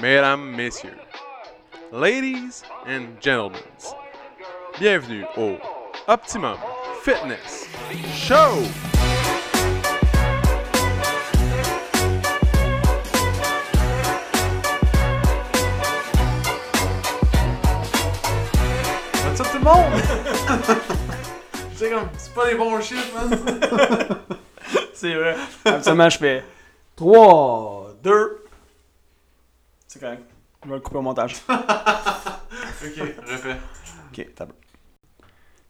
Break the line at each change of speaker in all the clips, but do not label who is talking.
mesdames, messieurs, ladies and gentlemen, bienvenue au Optimum Fitness Show! What's up tout le monde? C'est comme, c'est pas des bons chiffres, man!
C'est vrai. Absolument, je fais 3, 2. C'est correct. Je vais le couper au montage.
ok, refais.
Ok, t'as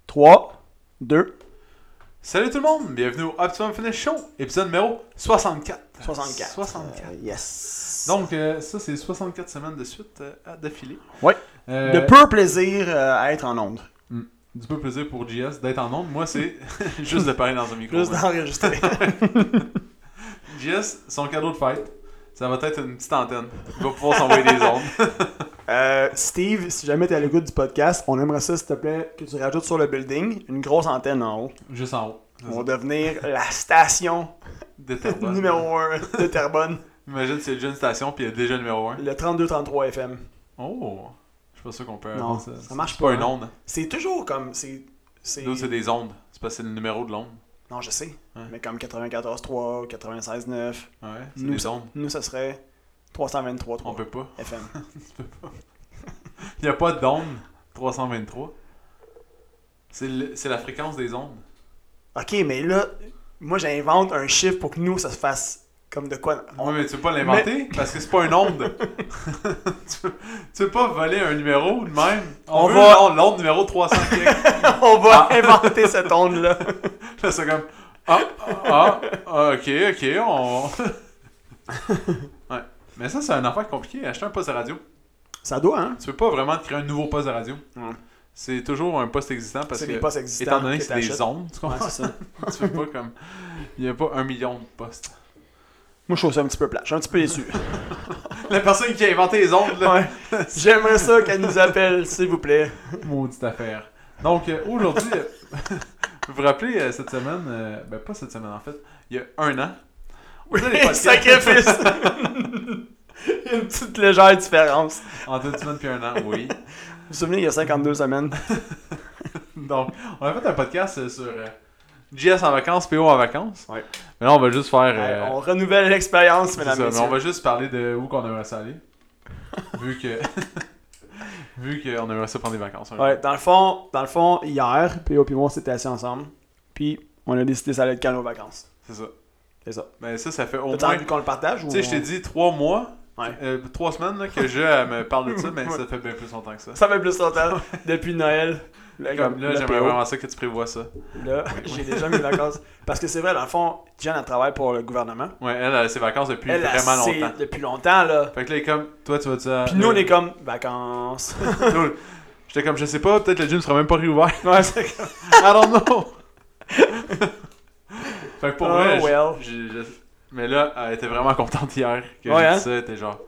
3, 2,
Salut tout le monde, bienvenue au Optimum Fitness Show, épisode numéro 64.
64.
64.
yes. Donc,
Donc, euh, ça, c'est 64 semaines de suite euh, à- d'affilée.
Ouais.
Euh,
de peu plaisir euh, à être en ondes.
Du peu plaisir pour JS d'être en nombre. Moi, c'est juste de parler dans un micro.
Juste
moi.
d'enregistrer.
JS, son cadeau de fête, ça va être une petite antenne. Il va pouvoir s'envoyer des ondes.
Euh, Steve, si jamais t'es à l'écoute du podcast, on aimerait ça, s'il te plaît, que tu rajoutes sur le building une grosse antenne en haut.
Juste en haut.
On va devenir la station
Des turbines.
numéro 1 de Terrebonne,
Imagine, c'est déjà une station, puis il y a déjà le numéro 1.
le 3233 FM.
Oh! Je suis pas sûr qu'on peut
Non,
avoir
ça marche
C'est
pas,
pas une
hein.
onde.
C'est toujours comme. C'est. c'est-
Nous, c'est des ondes. C'est parce que c'est le numéro de l'onde.
Non, je sais.
Ouais.
Mais comme 94.3, 96.9,
Ouais, c'est
Nous,
des ondes.
nous, ça serait 323.3
On peut pas.
FM.
Il n'y a pas d'onde 323. C'est le- c'est la fréquence des ondes.
OK, mais là, moi, j'invente un chiffre pour que nous, ça se fasse comme de quoi...
Ouais, mais tu peux pas l'inventer parce que c'est pas une onde. tu, peux, tu peux pas voler un numéro de même. On,
On
veut
va-
l'onde- l'onde numéro 300.
On va inventer cette onde-là.
Là, c'est comme. Ah, ah, ah, ok, ok, on. ouais. Mais ça, c'est un affaire compliquée. Acheter un poste de radio,
Ça doit, hein?
tu peux pas vraiment te créer un nouveau poste de radio.
Ouais.
C'est toujours un poste existant parce
C'est
que.
des postes existants
étant donné que
que
c'est des
t'achètes.
ondes, tu comprends?
Ouais, c'est ça.
tu peux pas comme. Il y a pas un million de postes.
Moi, je trouve ça un petit peu plat. Je suis un petit peu déçu.
La personne qui a inventé les ondes, là.
Ouais. J'aimerais ça qu'elle nous appelle, s'il vous plaît.
Maudite affaire. Donc, euh, aujourd'hui, euh, vous vous rappelez, euh, cette semaine, euh, ben pas cette semaine en fait, il y a un an, on faisait des podcasts.
Sacrifice! Il y a une petite légère différence.
en deux semaines puis un an, oui.
Vous vous souvenez, il y a 52 semaines.
Donc, on a fait un podcast euh, sur euh, JS en vacances, PO en vacances.
Ouais.
Mais là, on va juste faire. euh,
on renouvelle l'expérience,
c'est
mesdames
ça,
et
mais on
messieurs.
va juste parler de où qu'on aimerait ça aller. vu que. vu qu'on aimerait ça prendre des vacances. un jour.
Ouais, dans le fond, dans le fond hier, PO et moi, on s'était assis ensemble. Puis, on a décidé que ça allait être quand nos vacances.
C'est ça.
C'est ça.
Mais ça, ça fait au
T'as
moins.
envie qu'on le partage ou...
Tu sais, je t'ai dit trois mois,
Ouais.
euh, trois semaines là, que je euh, me parle de ça, mais
Ouais.
ça fait bien plus longtemps que ça.
Ça fait plus longtemps, depuis Noël. Là,
Comme là,
le
j'aimerais
PO,
vraiment ça que tu prévois ça.
Là, j'ai déjà mes vacances. Parce que c'est vrai, dans le fond, Jen, elle travaille pour le gouvernement.
Ouais, elle, elle a ses vacances depuis
elle,
vraiment
elle sait
longtemps.
depuis longtemps, là.
Fait que là, il est comme, toi, tu vas-tu à-
Puis nous, on
le-
est comme, vacances.
euh, Nous, J'étais comme, je sais pas, peut-être le gym sera même pas réouvert.
ouais, c'est comme...
I don't know. fait que pour
Oh,
vrai, j-
well.
j- je- mais là, elle était vraiment contente hier que
Ouais,
j'ai
hein?
dit ça. Elle était genre,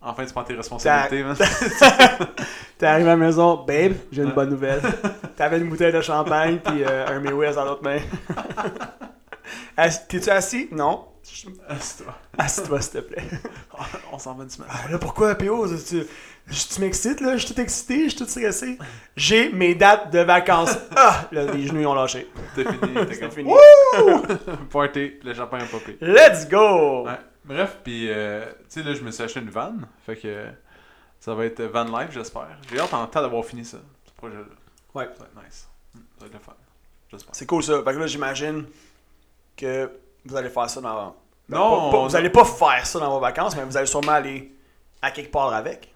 enfin, tu prends tes responsabilités, man.
T'es arrivé à la maison, babe, j'ai une
Ouais.
bonne nouvelle. T'avais une bouteille de champagne puis euh, un May West dans l'autre main. Ass- T'es-tu assis? Non.
C'est toi.
Assis-toi, s'il te plaît.
On s'en va une semaine.
Ah, Là, pourquoi, PO? Tu, tu- tu m'excites, là? Je suis tout excité, je suis tout stressé. J'ai mes dates de vacances. Ah! Là, les genoux, ils ont lâché.
C'était fini. T'es
C'était
comme,
fini.
Wouh! Party, le champagne a popé.
Let's go!
Ouais. Bref, puis euh, tu sais là, je me suis acheté une van, fait que euh, ça va être euh, van life, j'espère. J'ai hâte en temps d'avoir fini ça, ce projet-là.
Ouais.
Ça va être nice. Mm, Ça va être le fun. J'espère.
C'est cool, ça. Fait que là, j'imagine que vous allez faire ça dans... ben,
Non,
pas- pas-
on-
vous allez pas faire ça dans vos vacances, mais vous allez sûrement aller à quelque part avec.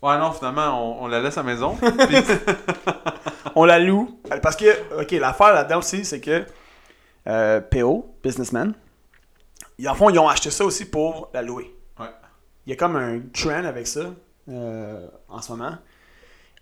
Ouais, non, finalement, on, on la laisse à la maison. puis
On la loue. Euh, Parce que, OK, l'affaire là-dedans aussi, c'est que euh, PO, businessman, ils, en fond, ils ont acheté ça aussi pour la louer.
Ouais.
Il y a comme un trend avec ça euh, en ce moment.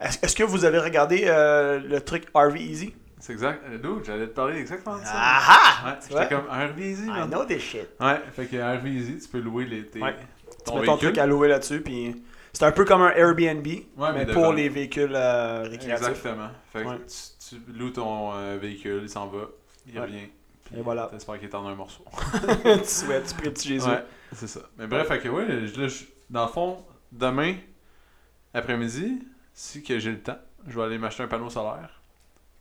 Est-ce est-ce que vous avez regardé euh, le truc RV Easy?
C'est exact. Euh, Dude, j'allais te parler exactement de ça.
Ah
Ouais,
Tu
j'étais
vois?
comme un RV Easy,
I
man.
know this shit.
Ouais, fait que un RV Easy, tu peux louer les, tes,
Ouais. Tu
ton
mets ton
véhicule.
truc à louer là-dessus, puis c'est un peu comme un Airbnb,
mais
mais
de
pour
van.
les véhicules euh, récréatifs.
Exactement. Fait que
Ouais.
tu, tu loues ton euh, véhicule, il s'en va, il
Ouais.
revient. puis
Et voilà.
T'espères qu'il est en un morceau.
tu souhaites, tu pries le petit Jésus.
Ouais, c'est ça. Mais bref, fait que ouais, je- là, je- dans le fond, demain après-midi, si que j'ai le temps, je vais aller m'acheter un panneau solaire.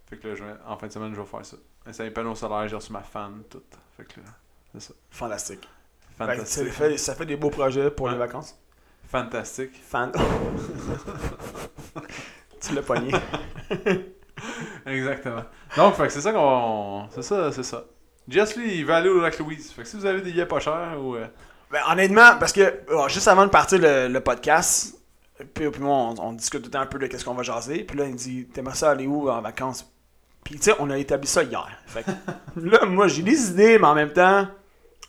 Fait que là, je vais- en fin de semaine, je vais faire ça. Essayer un panneau solaire, j'ai reçu ma fan, tout. Fait que là,
Fantastique. Fait que ça,
fantastique.
fait, ça fait des beaux projets pour les
Ouais.
vacances.
Fantastique.
Fan. tu l'as pogné.
Exactement. Donc, fait que c'est ça qu'on. C'est ça, c'est ça. Jess, lui, il va aller au lac Louise. Fait que si vous avez des billets pas chers ou. euh,
Ben, honnêtement, parce que euh, juste avant de partir le, le podcast, puis, puis moi, on, on discute tout le temps un peu de qu'est-ce qu'on va jaser. Puis là, il me dit T'aimerais ça aller où en vacances Puis tu sais, on a établi ça hier. Fait que là, moi, j'ai des idées, mais en même temps,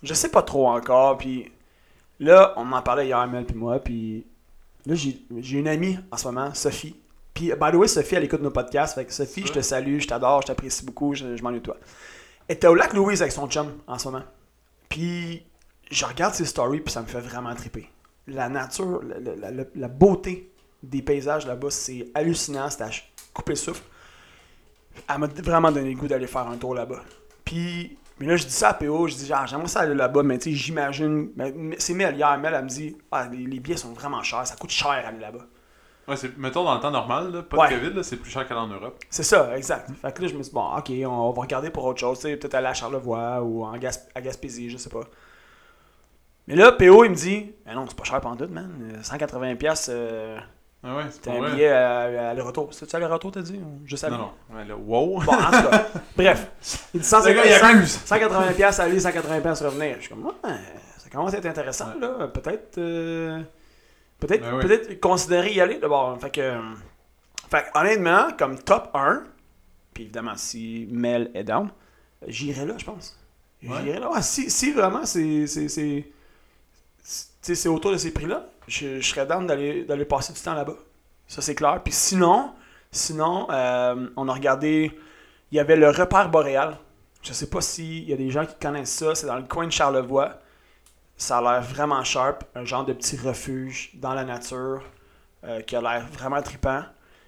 je sais pas trop encore. Puis là, on en parlait hier, Mel, puis moi. Puis là, j'ai j'ai une amie en ce moment, Sophie. Puis, by the way, Sophie, elle écoute nos podcasts. Fait que Sophie, je te salue, je t'adore, je t'apprécie beaucoup, je, je m'ennuie de toi. Elle était au lac Louise avec son chum en ce moment. Puis je regarde ces stories puis ça me fait vraiment triper. La nature, la, la- la- la beauté des paysages là-bas, c'est hallucinant, c'est à ch- couper le souffle. Elle m'a vraiment donné le goût d'aller faire un tour là-bas. Puis, mais là, je dis ça à PO, je dis genre, j'aimerais ça aller là-bas, mais tu sais, j'imagine. mais- mais C'est Mel hier, Mel, elle me dit, ah, les, les billets sont vraiment chers, ça coûte cher aller là-bas.
Ouais, c'est- mettons dans le temps normal, là, pas
Ouais.
de COVID, là, c'est plus cher qu'aller en Europe.
C'est ça, exact. Fait que là, je me suis dit, bon, ok, on va regarder pour autre chose, tu sais, peut-être aller à Charlevoix ou en Gasp- à Gaspésie, je sais pas. Mais là, PO, il me dit, mais non, c'est pas cher pantoute, man. Euh, 180$, piastres, euh,
Ah ouais, c'est
t'as
pas
un
vrai.
billet à, à aller-retour. C'est-tu aller-retour, t'as dit ou Juste aller?
Non, non. Ouais, là, wow.
Bon, en tout cas, bref. Il dit
Le gars, il
150$,
abuse.
180 pièces aller, 180 pièces revenir. Je suis comme, ouais, ça commence à être intéressant, là. Peut-être, euh, peut-être,
Ben oui.
peut-être considérer y aller d'abord. Fait que, euh, fait que, honnêtement, comme top 1, puis évidemment, si Mel est down, j'irai là, je pense.
Ouais.
J'irai là. Ouais, si, si vraiment c'est, c'est, c'est, c'est- tu sais, c'est autour de ces prix-là, je, je serais down d'aller, d'aller passer du temps là-bas. Ça, c'est clair. Puis sinon, sinon, euh, on a regardé, il y avait le repère boréal. Je sais pas s'il y a des gens qui connaissent ça. C'est dans le coin de Charlevoix. Ça a l'air vraiment sharp. Un genre de petit refuge dans la nature euh, qui a l'air vraiment tripant.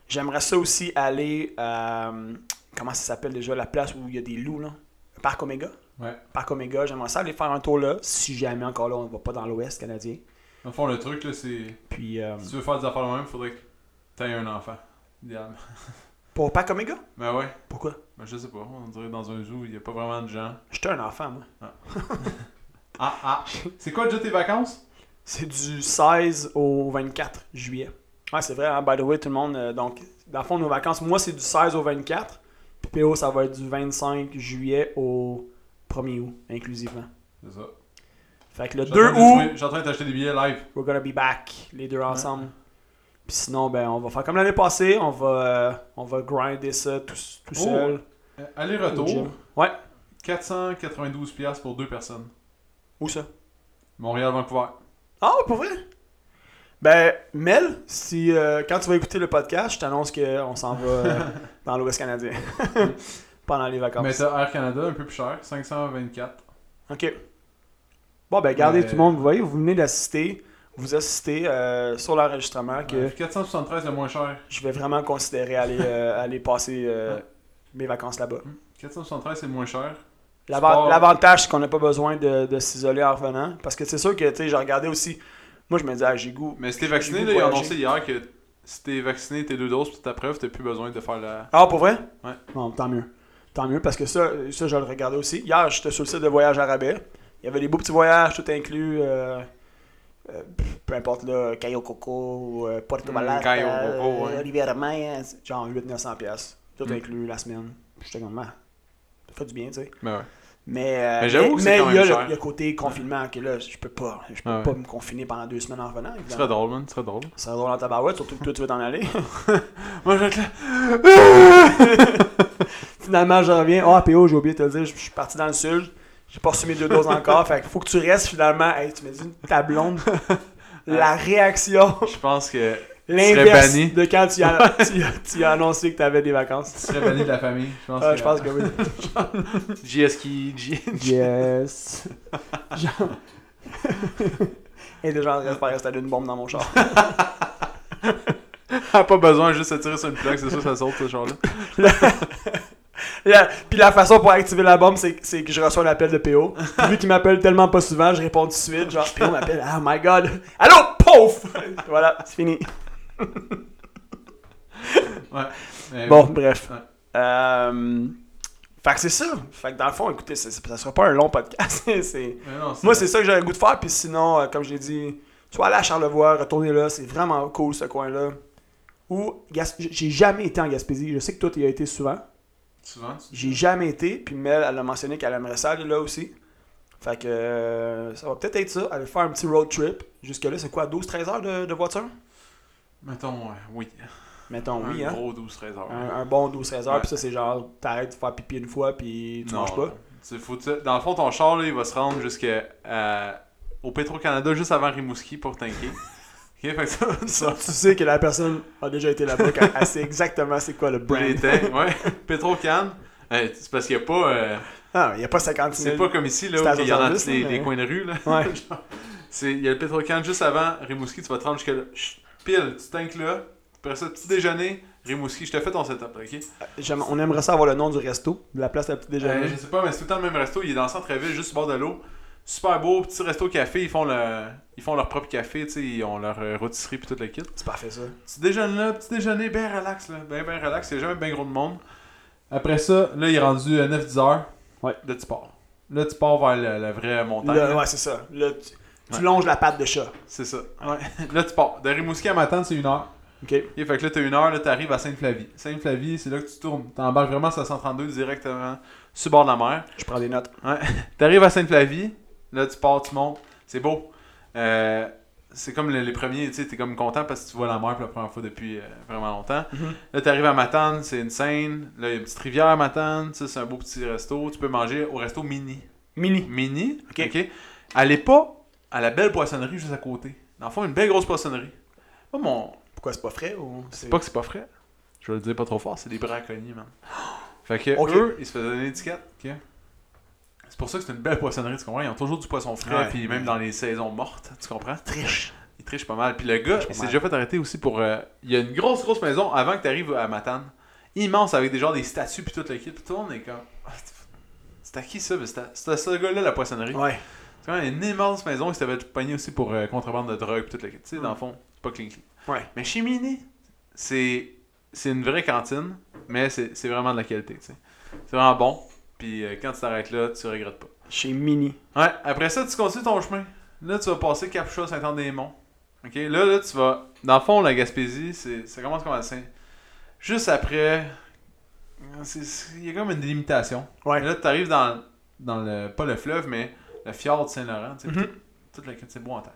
J'aimerais ça aussi aller. euh, comment ça s'appelle déjà la place où il y a des loups là Le Parc Omega.
Ouais.
Parc Omega. J'aimerais ça aller faire un tour là. Si jamais encore là, on va pas dans l'Ouest canadien.
Dans le fond, le truc, là, c'est.
Puis euh,
Si tu veux faire des affaires le même, faudrait que t'aies un enfant. Idéalement.
pour Parc Omega
Mais ouais,
Pourquoi
mais je sais pas. On dirait dans un zoo, il y a pas vraiment de gens.
J'étais un enfant moi.
Ah ah. C'est quoi déjà tes vacances
C'est du 16 au 24 juillet. Ouais, c'est vrai, hein, by the way, tout le monde. euh, donc, dans le fond, nos vacances, moi, c'est du 16 au 24. Puis PO, ça va être du 25 juillet au 1er août, inclusivement.
C'est ça.
Fait que le
Je suis
2
en train de
août,
trouver- Je suis en train d'acheter des billets live.
we're gonna be back, les deux ensemble. Puis sinon, ben, on va faire comme l'année passée, on va, euh, on va grinder ça tout, tout
Oh,
seul.
Euh,
au gym.
Aller-retour,
Ouais,
492$ pour deux personnes.
où ça
Montréal-Vancouver.
Ah, pour vrai? Ben, Mel, si, euh, quand tu vas écouter le podcast, je t'annonce qu'on s'en va euh, dans l'Ouest canadien pendant les vacances.
Mais ça, Air Canada, un peu plus cher, 524.
Ok. Bon, ben, regardez
Mais-
tout le monde, vous voyez, vous venez d'assister, vous assistez euh, sur l'enregistrement que
Euh, 473 le moins cher.
je vais vraiment considérer aller, euh, aller passer euh,
Ouais.
mes vacances là-bas.
473 c'est le moins cher.
L'ava-
Sport.
L'avantage, c'est qu'on n'a pas besoin de, de s'isoler en revenant. Parce que c'est sûr que, tu sais, j'ai regardé aussi. Moi, je me disais, ah, j'ai goût.
Mais si t'es
J'ai
vacciné,
goût
là, ils ont
voyager.
annoncé hier que si t'es vacciné, tes deux doses, puis ta preuve, t'as plus besoin de faire la.
Ah, pour vrai?
Ouais.
Bon, tant mieux. Tant mieux, parce que ça, ça je le regardais aussi. Hier, j'étais sur le site de Voyage à rabais. Il y avait des beaux petits voyages, tout inclus. euh, euh, pff, peu importe, là, Cayo Coco, ou, euh, Puerto
Mm,
Vallarta,
Cayo Coco, ouais.
euh, Riviera Maya, c'est genre 800-900$. piastres. Tout
Mm.
inclus la semaine. J'étais comme, Ah, ça fait du bien, tu sais.
Mais Ben ouais.
Mais, euh,
Mais j'avoue que c'est
mais
quand
il y a
même
le,
cher.
le côté confinement, que là, je peux pas, je peux
Ah ouais.
pas me confiner pendant deux semaines en revenant.
Ce
évidemment.
serait drôle, man. Ce serait drôle.
Ça serait drôle en tabarouette, surtout que toi, tu veux t'en aller.
Moi, je vais
Finalement, je reviens. Ah, PO, j'ai oublié de te le dire, je je suis parti dans le sud. J'ai pas reçu mes deux doses encore. fait qu'il faut que tu restes finalement. Hey, tu m'as dit une tablonde. La réaction,
Je pense que
l'inverse
banni.
de quand tu as, tu, tu as annoncé que tu avais des vacances.
tu serais banni de la famille. Je pense
Ah,
que.
je pense que oui.
JS qui. J-
Yes. Genre... Et les gens restent pas installer une bombe dans mon char.
a pas besoin juste de tirer sur une plaque, c'est sûr, ça saute, ce genre-là.
La- Puis la façon pour activer la bombe, c'est c'est que je reçois un appel de PO. Puis Vu qu'il m'appelle tellement pas souvent, je réponds tout de suite. Genre, PO m'appelle. Ah my god. Allô, PO! Sauf! voilà, c'est fini.
Mais
Bon, bref.
Ben Ouais.
Euh, Fait que c'est ça. Fait que dans le fond, écoutez, c'est- ça sera pas un long podcast. c'est...
mais non,
Moi, c'est ça que j'avais le goût de faire. Puis sinon, euh, comme je l'ai dit, soit aller à Charlevoix, retourner là, c'est vraiment cool ce coin-là. Ou, Gas- j'ai jamais été en Gaspésie. Je sais que toi, tu y as été souvent.
Souvent, tu-
J'ai jamais été. Puis Mel, elle a mentionné qu'elle aimerait ça aller là aussi. Fait que euh, ça va peut-être être ça. Aller faire un petit road trip. Jusque-là, c'est quoi, 12-13 heures de, de voiture
Mettons, euh, oui.
Mettons, oui,
un
hein.
gros 12-13 heures.
Un, un bon 12-13 heures.
Ouais.
Puis ça, c'est genre, t'arrêtes de faire pipi une fois, puis tu
Non,
manges pas.
non. C'est fou, tu sais. Dans le fond, ton char, là, il va se rendre jusqu'à à- au Petro-Canada juste avant Rimouski pour tanker. ok, fait que ça, ça,
Tu sais que la personne a déjà été là-bas, quand elle sait exactement c'est quoi le
les
brand.
tanks, ouais. Petro-Can, euh, c'est parce qu'il n'y a pas. euh,
Ah, il n'y a pas 50 000.
c'est pas comme ici, là,
C'est à
où il y en a tous
70,
les,
là,
les
mais-
coins de rue, là.
Ouais.
Genre, c'est- Il y a le Petro-Can juste avant Rimouski, tu vas te rendre jusqu'à là. Chut, pile, tu tankes là. Après ça, petit déjeuner, Rimouski. Je te fais ton setup, ok?
J'aime- on aimerait ça avoir le nom du resto, de la place à petit déjeuner.
Euh, je sais pas, mais c'est tout le temps le même resto. Il est dans le centre-ville, juste au bord de l'eau. Super beau, petit resto café. Ils font, le... ils font leur propre café, tu sais, ils ont leur euh, rôtisserie puis tout le kit.
C'est parfait ça.
Petit déjeuner là, petit déjeuner, bien relax là, bien bien relax. Il y a jamais bien gros de monde. Après ça, là, il est rendu 9-10 heures.
Ouais.
Là, tu pars. Là, tu pars vers la, la vraie montagne.
Là,
là.
ouais, c'est ça. Là, tu, tu
Ouais.
longes la patte de chat.
C'est ça. Ouais. là, tu pars. De Rimouski à Matane, c'est une heure.
OK.
Et fait que là, t'as une heure, là, t'arrives à Sainte-Flavie. Sainte-Flavie, c'est là que tu tournes. T'embarques vraiment sur la 132 directement sur le bord de la mer.
Je prends des notes.
T'arrives à Sainte-Flavie, là tu pars, tu montes, c'est beau. Euh, c'est comme le- les, premiers, tu sais, t'es comme content parce que tu vois la mer pour la première fois depuis euh, vraiment longtemps.
Mhm.
Là t'arrives à Matane, c'est une Seine, là il y a une petite rivière à Matane, ça c'est un beau petit resto, tu peux manger au resto mini.
Mini.
Mini, ok.
Ok.
Allez pas à la belle poissonnerie juste à côté. Dans le fond, une belle grosse poissonnerie. Moi, mon,
Pourquoi c'est pas frais ou c'est
c'est pas que c'est pas frais. Je vais le dire pas trop fort, c'est des braconniers, man. Fait que
Ok.
eux, ils se faisaient donner l'étiquette. ok? C'est pour ça que c'est une belle poissonnerie, tu comprends? Ils ont toujours du poisson frais,
Ouais.
puis même dans les saisons mortes, tu comprends?
triche?
Ils trichent pas mal. Puis le gars,
Trichent pas
il s'est
mal.
déjà fait arrêter aussi pour. euh, il y a une grosse, grosse maison avant que tu arrives à Matane. Immense, avec des, genre, des statues, puis tout le kit. Puis tout le monde est comme. C'était à qui ça? mais C'était à- c'était à ce gars-là, la poissonnerie.
Ouais.
C'est quand même une immense maison qui s'avait pogné aussi pour euh, contrebande de drogue, puis tout le kit. Tu sais, dans le fond, c'est pas clean clean.
Ouais.
Mais chez Mini, c'est c'est une vraie cantine, mais c'est c'est vraiment de la qualité, tu sais. C'est vraiment bon, puis euh, quand tu t'arrêtes là, tu regrettes pas.
Chez Mini.
Ouais, après ça, tu continues ton chemin. Là, tu vas passer Capucha, Saint-Anne-des-Monts. OK, là, là, tu vas... Dans le fond, la Gaspésie, c'est ça commence comme à Saint... Juste après... c'est- c'est- Il y a comme une délimitation.
Ouais.
Et là, tu arrives dans, dans le... Pas le fleuve, mais le fjord de Saint-Laurent, tu sais,
Mhm.
tout- toute la... C'est beau en temps.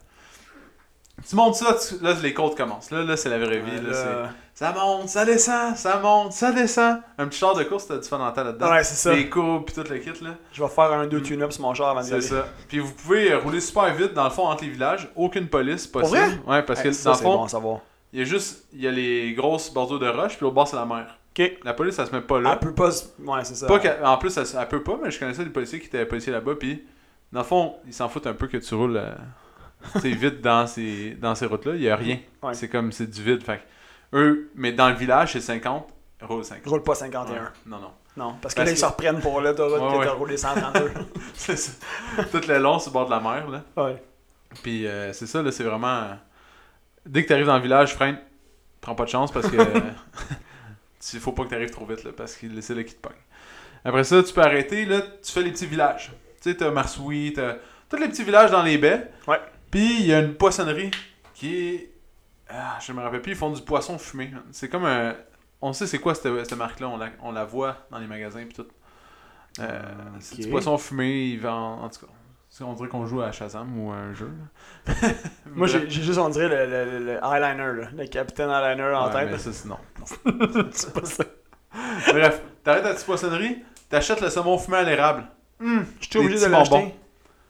Tu montes ça, tu- là, les côtes commencent. Là, là c'est la vraie vie.
Ouais,
là, c'est...
là-
Ça monte, ça descend, ça monte, ça descend. Un petit char de course, t'as du fun en temps là-dedans.
Ouais, c'est ça.
Des courbes, puis tout le kit, là.
Je vais faire un 2
Mm.
tune-up sur mon char avant d'y
C'est
aller.
ça. Puis vous pouvez euh, rouler super vite, dans le fond, entre les villages. Aucune police possible.
vrai?
Ouais, parce que
Hey,
dans
ça,
le
c'est
fond,
bon à savoir.
il y a juste il y a les grosses bordures de roches, puis l'autre bord, c'est la mer.
OK.
La police, elle se met pas là.
Elle peut pas... se- Ouais, c'est ça.
Pas qu'elle- en plus, elle, se- elle peut pas, mais je connaissais des policiers qui étaient policiers là-bas, puis dans le fond, ils s'en foutent un peu que tu roules euh, tu sais, vite dans ces, dans ces routes-là. Il y a rien.
Ouais.
C'est comme, c'est du vide. Fait que eux, mais dans le village, c'est 50, roule 50.
Roule pas
Ouais.
51.
Non, non.
Non, parce
Parce
que là, ils
que-
se reprennent pour l'autoroute
Ouais,
que t'as
ouais.
roulé 132.
C'est ça. Tout le long sur le bord de la mer, là.
ouais.
Puis euh, c'est ça, là, c'est vraiment... euh, Dès que t'arrives dans le village, freine, prends pas de chance parce que... Il faut pas que t'arrives trop vite, là, parce que c'est là qui te pogne. Après ça, tu peux arrêter, là, tu fais les petits villages. Tu sais, t'as Marsoui, t'as... Tous les petits villages dans les baies.
Ouais.
Puis il y a une poissonnerie qui est... Ah, je me rappelle plus, ils font du poisson fumé. C'est comme un... On sait c'est quoi cette, cette marque-là, on la, on la voit dans les magasins puis tout. Euh, C'est
Ah, Ok.
du poisson fumé, ils vendent... En tout cas, c'est- on dirait qu'on joue à Shazam ou à un jeu.
Moi, j'ai j'ai juste, on dirait, le, le- le- le eyeliner, là. le capitaine eyeliner en
Ouais,
tête.
mais ça, c'est non.
C'est pas ça.
Bref, t'arrêtes à la petite poissonnerie, t'achètes le saumon fumé à l'érable. Hum,
Je suis obligé
petits
de l'acheter.
bonbons.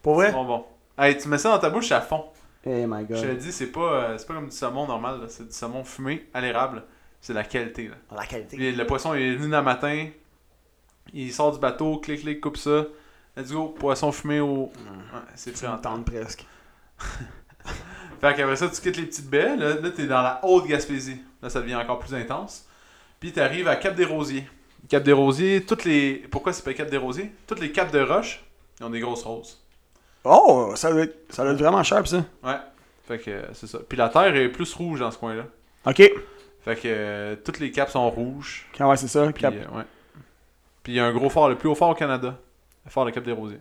Pour vrai?
bon bon. Hey, tu mets ça dans ta bouche, c'est à fond.
Hey my
Je te le dis, c'est pas, euh, c'est pas comme du saumon normal, là. c'est du saumon fumé à l'érable. C'est la qualité. Là.
La qualité.
Puis le poisson, il est venu dans le matin, il sort du bateau, clic, clic, coupe ça. Let's go, poisson fumé au. Ouais, c'est
Tu
pris en temps.
m'entends Hmm. presque.
Fait qu'après ça, tu quittes les petites baies. Là, là t'es dans la haute Gaspésie. Là, ça devient encore plus intense. Puis t'arrives à Cap des Rosiers. Cap des Rosiers, toutes les. Pourquoi c'est pas Cap des Rosiers Toutes les capes de roche, ils ont des grosses roses.
Oh, ça doit être, ça doit être vraiment cher, pis ça.
Ouais. Fait que euh, c'est ça. Puis la terre est plus rouge dans ce coin-là.
Ok.
Fait que euh, toutes les caps sont rouges.
Ok, ouais, c'est ça.
Puis euh, ouais. Puis il y a un gros fort, le plus haut fort au Canada. Le fort de Cap des Rosiers.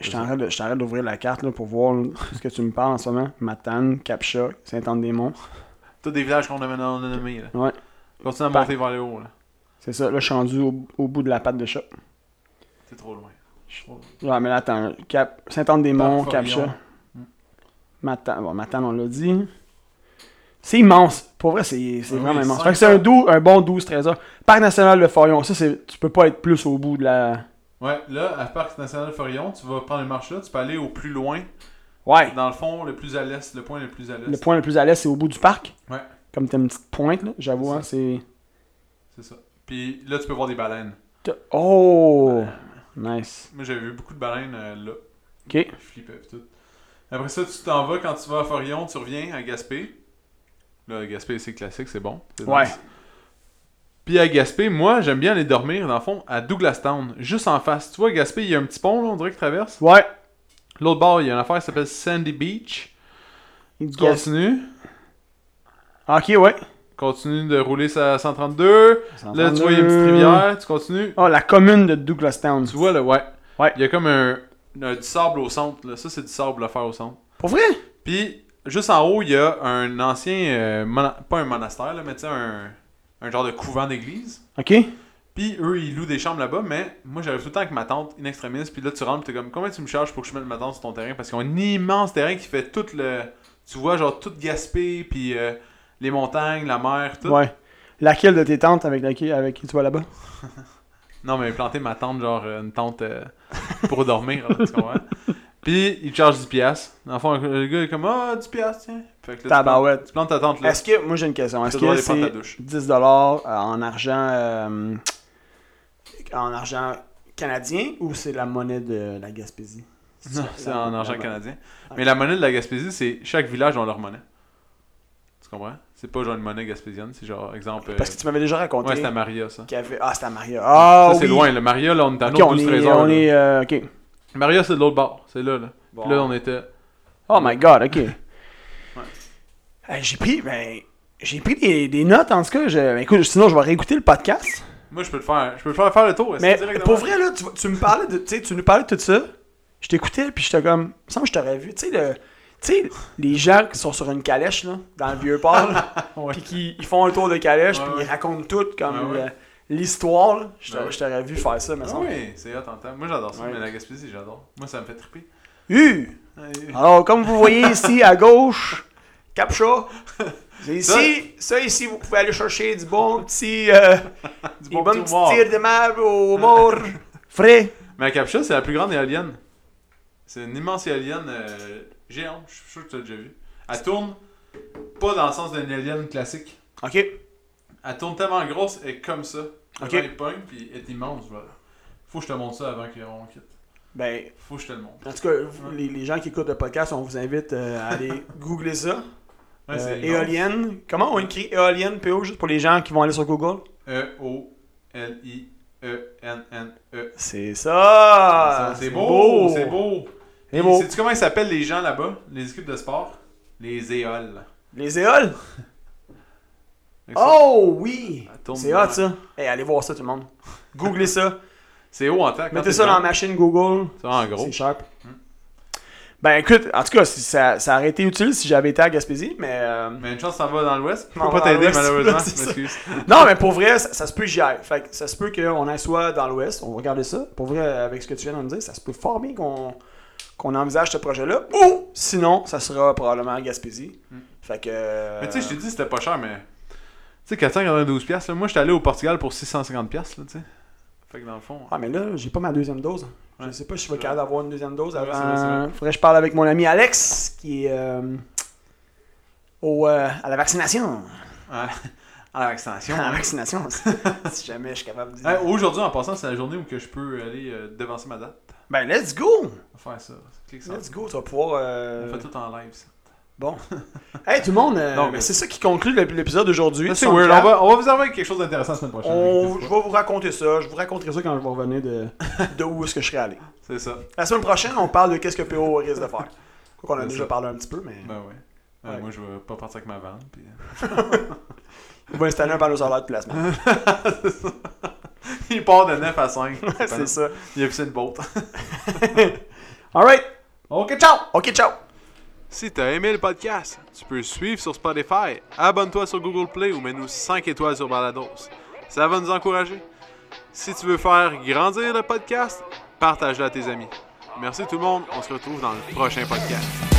je t'arrête de- je t'arrête d'ouvrir la carte là, pour voir ce que tu me parles en ce moment. Matane, Capcha, Saint-Anne-des-Monts.
Tous des villages qu'on a maintenant on a nommés. Là.
Ouais.
Continue à
Par-
monter vers le haut. là.
C'est ça, là, je suis rendu au, au bout de la patte de chat.
C'est trop loin. Trop loin.
Ouais, mais là, attends. Cap... Saint-Anne-des-Monts,
Parc
Capcha.
Forillon.
Matane, bon, Matane, on l'a dit. C'est immense. Pour vrai, c'est c'est
Oui,
vraiment immense.
cinq
Fait que c'est un, dou- un bon 12-13 heures. Parc national de Forion, ça, c'est- tu peux pas être plus au bout de la.
Ouais, là, à Parc National Forillon, tu vas prendre une marche là, tu peux aller au plus loin.
Ouais.
Dans le fond, le plus à l'est, le point le plus à l'est.
Le point le plus à l'est, c'est au bout du parc.
Ouais.
Comme t'as une petite pointe, là, j'avoue, hein, c'est.
C'est ça. Puis là, tu peux voir des baleines.
T'as- Oh! Nice.
Moi, j'avais vu beaucoup de baleines euh, là.
Ok.
Je flippais pis tout. Après ça, tu t'en vas quand tu vas à Forion, tu reviens à Gaspé. Là, Gaspé, c'est classique, c'est bon. C'est
Ouais.
nice. Puis à Gaspé, moi, j'aime bien aller dormir, dans le fond, à Douglastown, juste en face. Tu vois, Gaspé, il y a un petit pont, là, on dirait qu'il traverse.
Ouais.
L'autre bord, il y a une affaire qui s'appelle Sandy Beach. Tu
Yes.
continues.
Ok, ouais.
Continue de rouler sa 132. Là, tu vois, il y a une petite rivière. Tu continues.
Oh, la commune de Douglastown.
Tu vois, là, ouais.
Ouais.
Il y a comme un, un- du sable au centre, là. Ça, c'est du sable à faire au centre.
Pour vrai?
Puis, juste en haut, il y a un ancien. euh, mona- pas un monastère, là, mais tu sais, un, un genre de couvent d'église.
Ok.
Puis, eux, ils louent des chambres là-bas, mais moi, j'arrive tout le temps avec ma tante in extremis. Puis là, tu rentres, puis t'es comme, combien tu me charges pour que je mette ma tente sur ton terrain Parce qu'ils ont un immense terrain qui fait tout le. Tu vois, genre, tout Gaspé, puis euh, les montagnes, la mer, tout.
Ouais. Laquelle de tes tantes avec, laquelle, avec qui tu vas là-bas?
Non, mais planter ma tente, genre euh, une tente euh, pour dormir, là, tu comprends? Puis, il te charge 10$. piastres. Dans le fond, le gars est comme, ah, 10$, piastres, tiens. Fait que là, tu plantes-
Tabarouette.
tu plantes ta tente là.
Est-ce que, moi j'ai une question, est-ce
Tu dois
que
aller prendre ta
c'est
douche.
10$ euh, en argent euh, en argent canadien ou c'est la monnaie de la Gaspésie?
Non, c'est en
la-
argent
la-
canadien.
Ah.
Mais la monnaie de la Gaspésie, c'est chaque village a leur monnaie. Tu comprends? C'est pas genre une monnaie gaspésienne, c'est genre, exemple. euh,
Parce que tu m'avais déjà raconté
Ouais, c'est à Maria, ça.
qu'il y avait... Ah, c'était à Maria. Ah,
ça, c'est
oui.
loin, le Maria, là, on est à
Ok,
notre
on
12
est...
trésors.
On
là.
est euh, ok.
Maria, c'est de l'autre bord, c'est là, là. Puis
Bon.
là, on était.
Oh my god, ok. Euh, j'ai pris, ben, j'ai pris des, des notes en tout cas. Je, ben, écoute, sinon je vais réécouter le podcast.
Moi, je peux te faire, je peux te faire, faire le tour. est-ce
Mais
que directement-
pour vrai, là, tu, tu me parlais de. Tu sais, tu nous parlais de tout ça. Je t'écoutais, puis j'étais comme. Il me semble que je t'aurais vu. Tu sais, le- tu sais, les gens qui sont sur une calèche, là, dans le vieux port, là,
Ouais.
puis qui ils font un tour de calèche,
Ouais,
puis
ouais.
ils racontent tout, comme
Ouais, ouais.
le- l'histoire. là. Je
Ouais.
t'aurais- je t'aurais vu faire ça, mais
Ah
ça.
oui, c'est hot, t'entends. Moi, j'adore ça,
Ouais.
mais la Gaspésie, j'adore. Moi, ça me fait triper.
Alors, comme vous voyez ici, à gauche, Capcha. C'est ici, ça ici, vous pouvez aller chercher du bon petit. Euh,
Du
des
bon
bonnes
petit
petites
homard.
tires de marbre au mort. Frais.
Mais la Captcha, c'est la plus grande éolienne. C'est une immense éolienne euh, géante, je suis sûr que tu l'as déjà vu. Elle tourne pas dans le sens d'une éolienne classique.
Ok.
Elle tourne tellement grosse, elle est comme ça.
Ok.
Elle est pogne, puis elle est immense. Voilà. Faut que je te montre ça avant qu'on quitte.
Ben,
Faut que je te le montre.
En tout cas, vous- les, les gens qui écoutent le podcast, on vous invite euh, à aller googler ça.
Ouais,
Euh,
c'est immense.
éolienne. Comment on écrit éolienne PO juste pour les gens qui vont aller sur Google
E E-O-L-I-E-N-N-E.
C'est ça!
Ça, c'est beau, c'est beau.
Ah, C'est beau.
Sais-tu comment ils s'appellent les gens là-bas, les équipes de sport Les éoles.
Les éoles?
Fait que ça,
Oh oui!
elle tourne
C'est
dans-
hot ça! Hey, allez voir ça tout le monde. Googlez ça.
C'est haut en tête.
Mettez ça dans la machine Google.
Ça, en gros.
C'est sharp. Ben écoute, en tout cas, si ça, ça aurait été utile si j'avais été à Gaspésie, mais... euh,
Mais une chance, ça va dans l'ouest. Je
On
peux pas
va dans
t'aider,
l'ouest,
malheureusement.
là,
Je
c'est ça. Euh.
m'excuse.
Non, mais pour vrai, ça, ça se peut que j'y aille. Fait que ça se peut qu'on aille soit dans l'Ouest, on va regarder ça. Pour vrai, avec ce que tu viens de me dire, ça se peut fort bien qu'on qu'on envisage ce projet-là. Ou sinon, ça sera probablement à Gaspésie. Fait que. euh,
Mais tu sais, je t'ai dit, c'était pas cher, mais. Tu sais, 492$, piastres, là, moi, j'étais allé au Portugal pour 650$, piastres, là, tu sais. Fait que dans le fond.
Ah, mais là, j'ai pas ma deuxième dose. Je
Ouais.
sais pas si je vais être capable d'avoir une deuxième dose
Ouais,
avant.
c'est vrai, c'est vrai.
Faudrait que je parle avec mon ami Alex, qui est. euh, au, euh, à la vaccination.
Ah, À l'extension.
À la vaccination, si jamais je suis capable de dire.
Hey, Aujourd'hui, en passant, c'est la journée où que je peux aller euh, devancer ma date.
Ben, let's go!
On va faire ça. Clique ça.
Let's go, tu vas pouvoir. euh,
On fait tout en live, ça.
Bon. hey tout le monde, euh,
Non,
ben,
mais-
c'est ça qui conclut l'ép- l'épisode d'aujourd'hui.
Ça, C'est weird. On va, on va vous envoyer quelque chose d'intéressant la semaine prochaine.
On-
inquiétez-vous
je vais vous raconter ça. Je vous raconterai ça quand je vais revenir de, de où est-ce que je serai allé.
pas. C'est ça.
La semaine prochaine, on parle de qu'est-ce que PO risque de faire. qu'on a
C'est
déjà
ça.
parlé un petit peu, mais
Ben ouais. Ben,
Ouais.
Moi, je vais pas partir avec ma vanne. Puis... euh,
on va installer un panneau solaire de placement.
il part de 9 à 5.
C'est ça.
Il a pissé une botte.
Alright.
OK,
Ciao. OK, ciao.
Si t'as aimé le podcast, tu peux le suivre sur Spotify, abonne-toi sur Google Play ou mets-nous 5 étoiles sur Balados. Ça va nous encourager. Si tu veux faire grandir le podcast, partage-le à tes amis. Merci tout le monde, on se retrouve dans le prochain podcast.